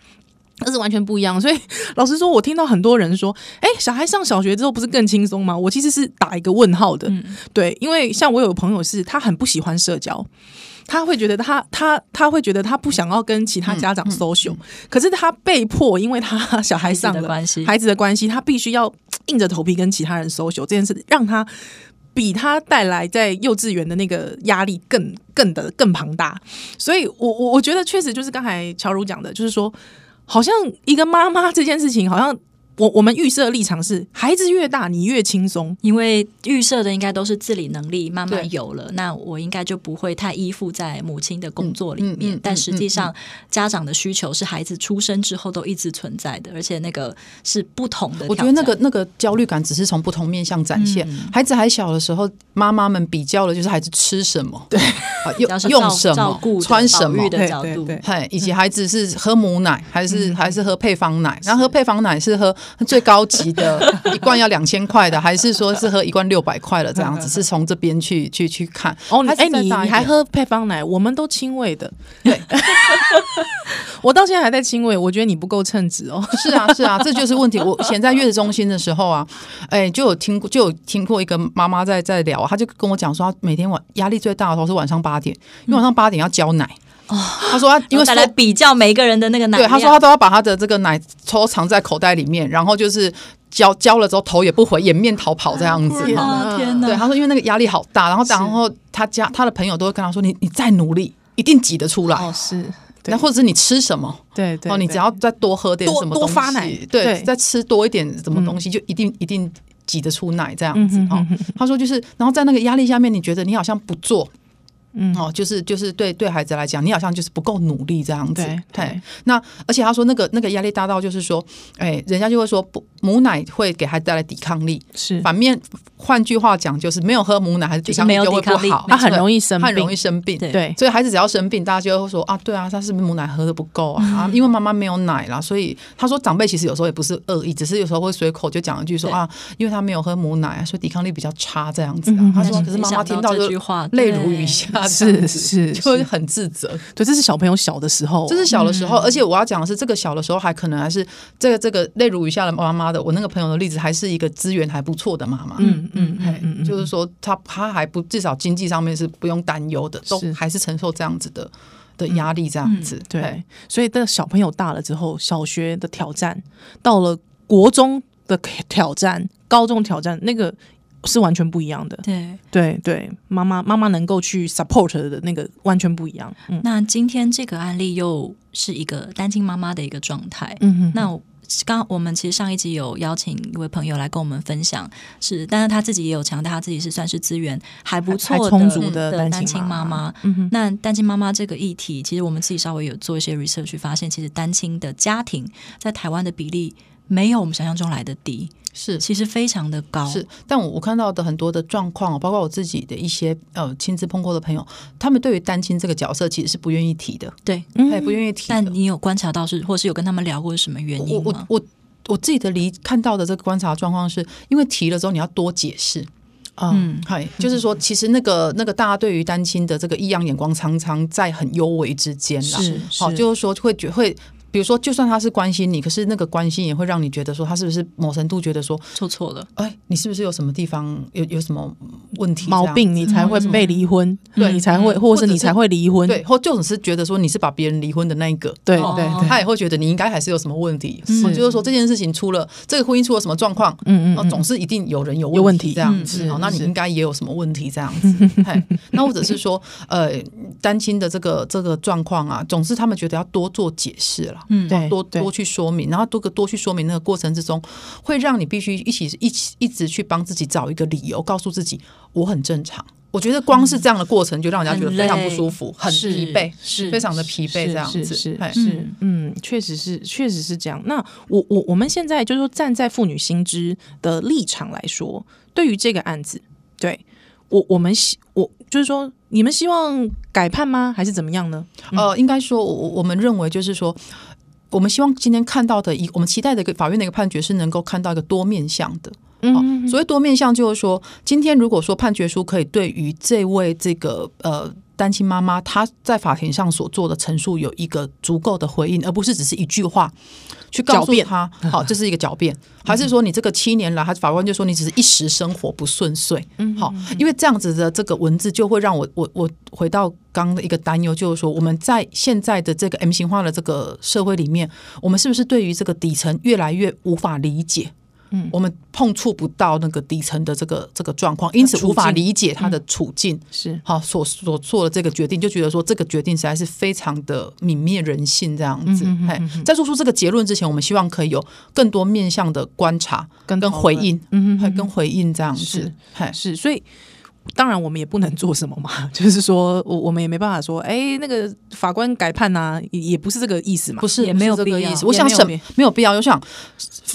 S1: 那是完全不一样，所以老实说，我听到很多人说：“哎、小孩上小学之后不是更轻松吗？”我其实是打一个问号的，对，因为像我有朋友是，他很不喜欢社交，他会觉得他他他会觉得他不想要跟其他
S2: 嗯
S1: 家长 social，、可是他被迫，因为他小孩上
S2: 孩子的
S1: 了
S2: 关系
S1: 孩子的关系，他必须要硬着头皮跟其他人 social 这件事，让他比他带来在幼稚园的那个压力更更的更庞大。所以我，我我觉得确实就是刚才乔如讲的，就是说，好像一个妈妈这件事情，好像我我们预设立场是，孩子越大你越轻松，
S2: 因为预设的应该都是自理能力慢
S1: 对
S2: 慢有了，那我应该就不会太依附在母亲的工作里
S3: 嗯嗯
S2: 面。
S3: 嗯
S2: 但实际上，家长的需求是孩子出生之后都一直存在的，而且那个是不同的挑战。
S3: 我觉得那个那个焦虑感只是从不同面向展现。孩子还小的时候，妈妈们比较的就是孩子吃什么，对，
S2: 比较
S3: 用
S2: 是照
S3: 用什
S2: 照顾
S3: 么，
S2: 的
S3: 穿什
S2: 保育
S3: 么。
S2: 的
S1: 对
S2: 角
S1: 对
S2: 度，
S1: 对
S3: 嘿，以及孩子是喝母奶还
S1: 嗯
S3: 是、还是喝配方奶？然后喝配方奶是喝最高
S1: <laughs>
S3: 级的，一罐要两千块的，还是说是喝一罐六百块的？这样子是从这边去去去看。
S1: 嗯哦，你
S3: 孩子
S1: 哎、
S3: 再大
S1: 你你
S3: 一点
S1: 还喝配方奶？我们都亲喂的。对， <laughs> 我到现在还在亲喂，我觉得你不够称职哦。
S3: 是啊，是啊，这就是问题。我以前在月子中心的时候啊，哎，就有听过，就有听过一个妈妈在在聊啊，她就跟我讲说，她每天晚压力最大的时候是晚上八点，因为晚上八点要交奶。
S1: 哦
S3: 她说她啊因为
S2: 再来
S3: 说。
S2: 比较每一个人的那个奶
S3: 对，
S2: 量。
S3: 她说她都要把她的这个奶抽藏在口袋里面，然后就是交交了之后头也不回，掩面逃跑这样子
S1: 天
S3: 哈。
S1: 哪
S2: 啊天哪，
S3: 对，她说因为那个压力好大，然后然后她家她的朋友都会跟她说，你你再努力，一定挤得出
S1: <laughs>
S3: 来。
S1: 哦，是，对
S3: 那或者是你吃什么，
S1: 对对
S3: 哦，你只要再多喝点
S1: 多
S3: 什么
S1: 多
S3: 东西，
S1: 发奶
S3: 对，
S1: 对
S3: 再吃多一点什么东西，就一定一定挤得出奶这样
S1: 嗯
S3: 子
S1: 哼
S3: 哈、哦
S1: 嗯哼
S3: 他说就是，然后在那个压力下面，你觉得你好像不做。
S1: 嗯
S3: 哦，就是就是对对孩子来讲，你好像就是不够努力这样子
S1: 对。对
S3: 嘿，那而且他说那个那个压力大到就是说，哎，人家就会说不母奶会给孩子带来抵抗力，
S1: 是，
S3: 反面换句话讲就是没有喝母奶，孩子
S2: 就
S3: 抵
S2: 是
S3: 抗力
S2: 没有
S3: 就会
S2: 抵抗力
S3: 不好，
S1: 他很容
S3: 易
S1: 易生
S3: 很容易
S1: 病。
S3: 生病。
S2: 对
S1: 对，
S3: 所以孩子只要生病，大家就会说啊，对啊，他是不是母奶喝的不够
S2: <laughs>
S3: 啊？啊，因为妈妈没有奶啦，所以他说长辈其实有时候也不是恶意，只是有时候会随口就讲一句说
S2: 对
S3: 啊，因为他没有喝母奶啊，所以抵抗力比较差这样子啊、
S1: 嗯嗯嗯
S3: 他说，
S2: 但
S3: 可是妈妈
S2: 想
S3: 听
S2: 到
S3: 就
S2: 这句话，
S3: 泪如
S2: 对
S3: 雨下，这样
S1: 是
S3: 子
S1: 是
S3: 就会
S1: 是，
S3: 很自
S2: 嗯
S3: 责。
S1: 对，这是小朋友小的时候，
S3: 这是小的时候，而且我要讲的是，这个小的时候还可能还是这个这个泪如雨下的妈妈的，我那个朋友的例子还是一个资源还不错的妈妈。
S1: 嗯嗯嗯
S3: 哎
S1: 嗯，
S3: 就是是说他他还不至少经济上面是不用担忧的，都
S1: 是嗯
S3: 还是承受这样子的的压力，这样子、
S1: 对
S3: 嘿。
S1: 所以，当小朋友大了之后，小学的挑战，到了国中的挑战，高中挑战，那个是完全不一样的。
S2: 对。
S1: 对对，妈妈妈妈能够去 support 的那个完全不一样。嗯
S2: 那今天这个案例又是一个单亲妈妈的一个状态。
S1: 嗯哼，
S2: 那我刚我们其实上一集有邀请一位朋友来跟我们分享，是，但是他自己也有强调他自己是算是资源还不
S1: 还
S2: 错的
S1: 充足的
S2: 的
S1: 单
S2: 单
S1: 亲
S2: 亲
S1: 妈
S2: 妈
S1: 妈
S2: 妈。
S1: 嗯哼
S2: 那单亲妈妈这个议题，其实我们自己稍微有做一些 research，去发现其实单亲的家庭在台湾的比例没有我们想象中来的低，
S3: 是
S2: 其实非常的高。
S3: 是，但我我看到的很多的状况，哦包括我自己的一些呃亲自碰过的朋友，他们对于单亲这个角色其实是不愿意提的，
S2: 对。
S1: 嗯
S3: 哎、不愿意提的。
S2: 但你有观察到是，或是有跟他们聊过是什么原
S3: 我
S2: 因
S3: 我
S2: 吗？
S3: 我我自己的理看到的这个观察状况是，因为提了之后你要多解释，
S1: 嗯，
S3: 嗨，就是说，其实那个那个大家对于单亲的这个异样眼光，常常在很幽微之间啦。
S1: 是
S3: 好，
S1: 是
S3: 就是说会觉会。比如说，就算他是关心你，可是那个关心也会让你觉得说，他是不是某程度觉得说，
S2: 做错了，
S3: 哎，你是不是有什么地方有有什么问题这样嗯
S1: 毛病你才会被离婚，
S3: 对
S1: 你才会，或者是你才会离婚，
S3: 对，或就只是觉得说你是把别人离婚的那一个，
S1: 对
S2: 哦
S1: 对
S3: 他
S1: 对，
S3: 也会觉得你应该还是有什么问题。哦就是说这件事情出了这个婚姻出了什么状况，
S1: 嗯嗯
S3: 哦，
S1: 嗯
S3: 总是一定有人有
S1: 有问
S3: 题
S1: 题
S3: 这样
S1: 嗯
S3: 子，哦
S1: 是
S3: 好，那你
S1: 是
S3: 应该也有什么问题这样
S1: <laughs>
S3: 子，嘿那或者是说，呃，单亲的这个这个状况啊，总是他们觉得要多做解释了，
S2: 嗯
S1: 对
S3: 多
S1: 对
S3: 多去说明，然后多个多去说明那个过程之中，会让你必须一起一起一直去帮自己找一个理由，告诉自己我很正常。我觉得光是这样的过程就让人家觉得非常不舒服，很
S2: 是
S3: 疲惫，
S2: 是
S3: 非常的疲惫
S1: 是
S3: 这样
S1: 是
S3: 子，
S1: 是
S3: 嘿
S1: 是，嗯，确实是，确实是这样。那我我我们现在就是说，站在妇女心知的立场来说，对于这个案子，对我我们希我就是说，你们希望改判吗？还是怎么样呢？
S3: 呃，应该说，我我我们认为就是说，我们希望今天看到的一，我们期待的一个法院的一个判决是能够看到一个多面向的。
S1: 哦
S3: 嗯，所谓多面向，就是说，今天如果说判决书可以对于这位这个呃单亲妈妈她在法庭上所做的陈述有一个足够的回应，而不是只是一句话去告
S1: 狡
S3: 诉
S1: 辩
S3: 她，好，这是一个狡辩，还是说你这个七年来，还是法官就说你只是一时生活不顺遂，
S1: 嗯
S3: 好，因为这样子的这个文字就会让我我我回到刚刚的一个担忧，就是说我们在现在的这个 M 型化的这个社会里面，我们是不是对于这个底层越来越无法理解？嗯，我们碰触不到那个底层的这个这个状况，因此无法理解他
S1: 嗯
S3: 的处境。
S1: 是
S3: 好，所所做的这个决定，就觉得说这个决定实在是非常的泯灭人性这样子。
S1: 嗯哼
S3: 哎、在做出这个结论之前，我们希望可以有更多面向的观察
S1: 跟
S3: 跟
S1: 讨
S3: 回
S1: 论
S3: 应，
S1: 嗯哼
S3: 嘿跟回应这样
S1: 是
S3: 子。嘿
S1: 是，所以当然我们也不能做什么嘛， <laughs> 就是说我我们也没办法说，哎，那个法官改判呐、也也不是这个意思嘛，
S3: 不是
S2: 也
S3: 不是
S2: 没有
S3: 这个
S2: 必要
S3: 意思。我
S1: 也
S3: 想
S1: 没有
S3: 审
S1: 必
S3: 没有必要，我想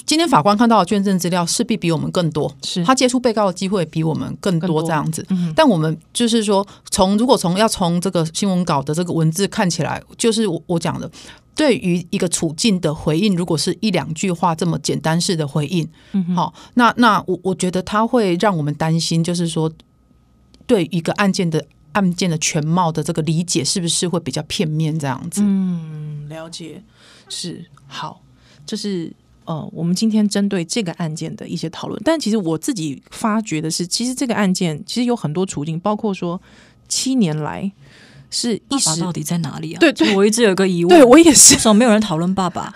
S3: 今天法官看到的卷证资料势必比我们更多，
S1: 是
S3: 他接触被告的机会比我们更
S1: 更
S3: 多
S1: 多
S3: 这样子。但我们就是说，从如果从要从这个新闻稿的这个文字看起来，就是我我讲的。对于一个处境的回应，如果是一两句话这么简单式的回应，好、
S1: 嗯
S3: 那那我我觉得它会让我们担心，就是说对一个案件的案件的全貌的这个理解，是不是会比较片面这样子？
S1: 嗯，了解，是好，这是呃，我们今天针对这个案件的一些讨论。但其实我自己发觉的是，其实这个案件其实有很多处境，包括说七年来是一
S2: 爸
S1: 时
S2: 爸到底在哪里啊？
S1: 对对
S2: 就我一直有一个疑问，
S1: 对我也是 <laughs>
S2: 为，什么没有人讨论爸爸？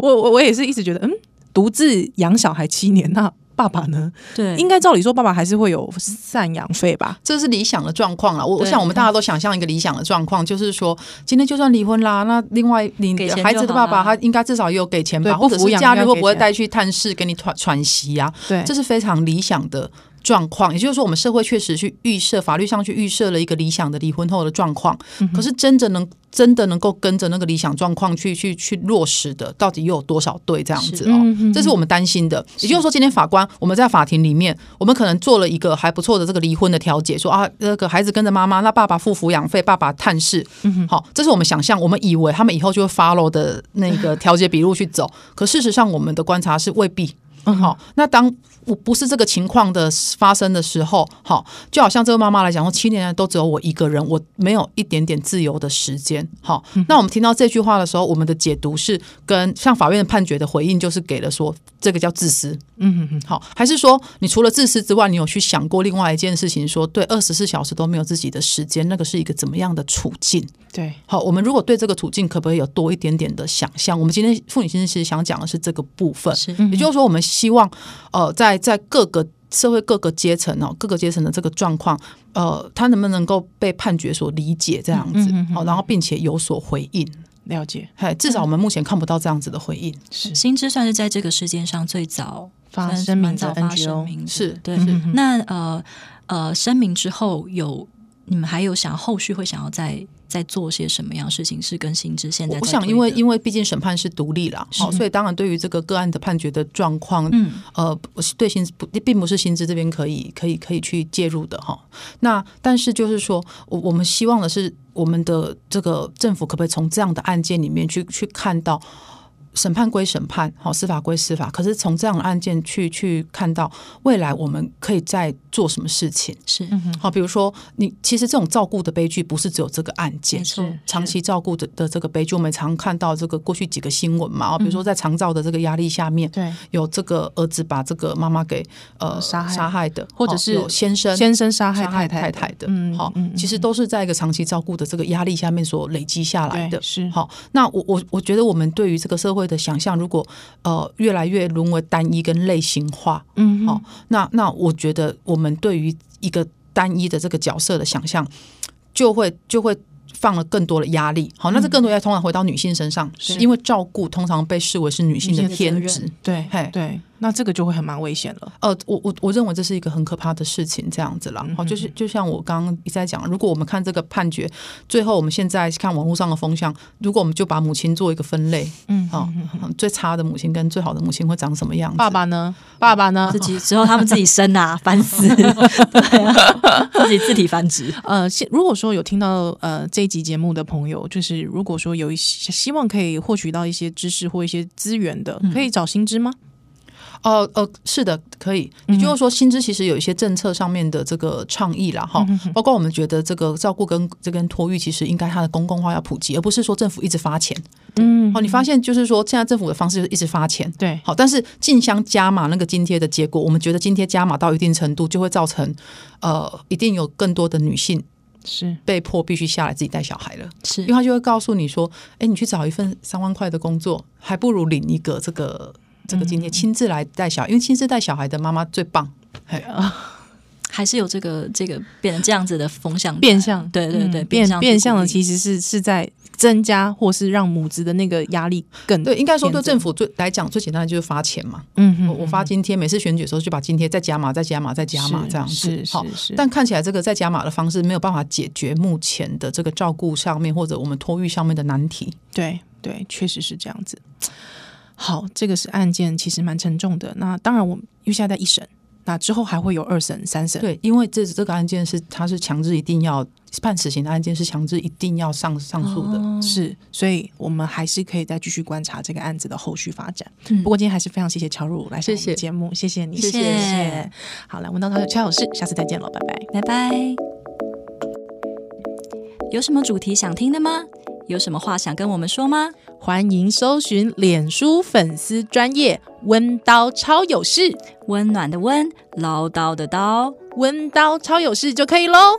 S1: 我我我也是一直觉得，嗯，独自养小孩七年，那爸爸呢？
S2: 对，
S1: 应该照理说，爸爸还是会有赡养费吧？
S3: 这是理想的状况了。我我
S2: 对
S3: 想我们大家都想象一个理想的状况，就是说今天就算离婚啦，那另外你
S2: 给钱
S3: 孩子
S2: 就
S3: 的
S2: 好
S3: 爸爸
S2: 啦
S3: 他应该至少也有给钱
S1: 对
S3: 吧，
S1: 不
S3: 或者
S1: 抚
S3: 是
S1: 养
S3: 假
S1: 应该
S3: 日会不
S1: 给
S3: 会
S1: 钱
S3: 带去探视给你喘喘息啊呀、
S1: 对
S3: 这是非常理想的。状况，也就是说，我们社会确实去预设，法律上去预设了一个理想的离婚后的状况。
S1: 嗯
S3: 可是，真的能真的能够跟着那个理想状况去去去落实的，到底又有多少对这样
S2: 是
S3: 子哦
S1: 嗯？哼
S3: 这是我们担心的。也就是说，今天法官我们在法庭里面，我们可能做了一个还不错的这个离婚的调解，说啊，那个孩子跟着妈妈，那爸爸付抚养费，爸爸探视。
S1: 嗯
S3: 好，这是我们想象，我们以为他们以后就会 follow 的那个调解笔录去走。可事实上，我们的观察是未必。好，那当我不是这个情况的发生的时候，好，就好像这个妈妈来讲说，七年来都只有我一个人，我没有一点点自由的时间。好，那我们听到这句话的时候，我们的解读是跟像法院的判决的回应，就是给了说这个叫自私。
S1: 嗯嗯
S3: 好，还是说你除了自私之外，你有去想过另外一件事情说对，二十四小时都没有自己的时间，那个是一个怎么样的处境？
S1: 对，
S3: 好，我们如果对这个处境可不可以有多一点点的想象？我们今天妇女心其实想讲的是这个部分，
S2: 是
S3: 也就是说，我们希望呃，在在各个社会各个阶层哦，各个阶层的这个状况，呃，它能不能够被判决所理解这样
S2: 嗯
S3: 子？好，然后并且有所回应。
S1: 了解，
S3: 嘿，至少我们目前看不到这样子的回应。
S1: 是
S2: 新知算是在这个事件上最早
S1: 发
S2: 算是
S1: 声明
S2: 蛮
S1: 的
S2: 早发声
S1: NGO，
S2: 明的，
S3: 是
S2: 对
S1: 嗯哼。
S2: 那呃呃，声明之后有你们还有想后续会想要再再做些什么样的事情？是跟新知现在
S3: 我我
S2: 在
S3: 想，
S2: 推
S3: 因为
S2: 的
S3: 因为毕竟审判是独立啦，好、所以当然对于这个个案的判决的状况，
S2: 嗯，
S3: 呃，不是对薪资不并不是薪资这边可以可以可以去介入的哈。那但是就是说，我我们希望的是，我们的这个政府可不可以从这样的案件里面去去看到。审判归审判，好，司法归司法。可是从这样的案件去去看到未来，我们可以再做什么事情？
S2: 是
S3: 好，比如说你其实这种照顾的悲剧不是只有这个案件
S2: 没，错是
S3: 长期照顾的的这个悲剧，我们常看到这个过去几个新闻嘛，哦比
S2: 嗯
S3: 如说在长照的这个压力下面，
S1: 对，
S3: 有这个儿子把这个妈妈给呃
S1: 杀害
S3: 杀害的，
S1: 或者
S3: 哦
S1: 是
S3: 有先生
S1: 先生杀害
S3: 杀害
S1: 太太
S3: 太
S1: 的
S3: 的
S1: 嗯，
S3: 好
S1: 嗯嗯，
S3: 其实都是在一个长期照顾的这个压力下面所累积下来
S1: 对
S3: 的，
S1: 是
S3: 好。那我我我觉得我们对于这个社会的想象，如果呃越来越沦为单一跟类型化，
S1: 嗯
S3: 好、那那我觉得我们对于一个单一的这个角色的想象，就会就会放了更多的压力。好，
S1: 嗯
S3: 那这更多压力通常回到女性身上，因为照顾通常被视为是女性的
S2: 女性的责
S3: 天
S2: 任
S3: 职。
S1: 对
S3: 嘿
S1: 对，那这个就会很蛮危险了。
S3: 呃，我我我认为这是一个很可怕的事情，这样子
S1: 嗯
S3: 啦。好，就是就像我刚刚一直在讲，如果我们看这个判决，最后我们现在看网络上的风向，如果我们就把母亲做一个分类，嗯，好、最差的母亲跟最好的母亲会长什么样子？
S1: 爸爸呢？爸爸呢
S2: <laughs> 自？己之后他们自己生
S1: <laughs>
S2: 啊，烦死，对啊，自己自体繁殖，
S1: 呃，现如果说有听到呃这一集节目的朋友，就是如果说有一些希望可以获取到一些知识或一些资源的，可以找新知吗？
S3: 哦呃，是的，可以。
S1: 嗯
S3: 也就是说，薪资其实有一些政策上面的这个倡议啦，哈、
S1: 嗯
S3: 包括我们觉得这个照顾跟这跟托育，其实应该它的公共化要普及，而不是说政府一直发钱。哦
S1: 嗯，
S3: 好、你发现就是说，现在政府的方式就是一直发钱。
S1: 对，
S3: 好，但是竞相加码那个津贴的结果，我们觉得津贴加码到一定程度，就会造成呃，一定有更多的女性
S1: 是
S3: 被迫必须下来自己带小孩了。
S2: 是
S3: 因为他就会告诉你说，哎，你去找一份三万块的工作，还不如领一个这个这个经验，亲自来带小孩，因为亲自带小孩的妈妈最棒。嘿
S2: 还是有这个这个变成这样子的风向
S1: 变相
S2: 对对对，
S1: 嗯变
S2: 相
S1: 变相的，
S2: 实
S1: 其实是是在增加或是让母子的那个压力更
S3: 对，应该说对政
S1: 府，
S3: 府最来讲最简单的就是发钱嘛。
S1: 嗯哼
S3: 我我发津贴，每次选举的时候就把津贴再加码、再加码、再加码
S1: 是
S3: 这样子
S1: 是。
S3: 好
S1: 是，是
S3: 但看起来这个再加码的方式没有办法解决目前的这个照顾上面或者我们托育上面的难题。
S1: 对对，确实是这样子。好，这个是案件，其实蛮沉重的。那当然，我们因为现在在一审，那之后还会有二审、三审。
S3: 对，因啊为这这个案件是它是强制一定要判死刑的案件，是强制一定要上上诉的。
S1: 是，所以我们还是可以再继续观察这个案子的后续发展。
S2: 嗯
S1: 不过今天还是非常谢谢乔汝来上我
S3: 谢
S1: 们
S3: 谢
S1: 节目，谢谢你，
S2: 谢谢
S1: 好，来，文道他的乔老师，下次再见了，拜拜。
S2: 拜拜。有什么主题想听的吗？有什么话想跟我们说吗？
S1: 欢迎搜寻脸书粉丝专业温刀超有事，
S2: 温暖的温，唠叨的叨。
S1: 温刀超有事就可以喽。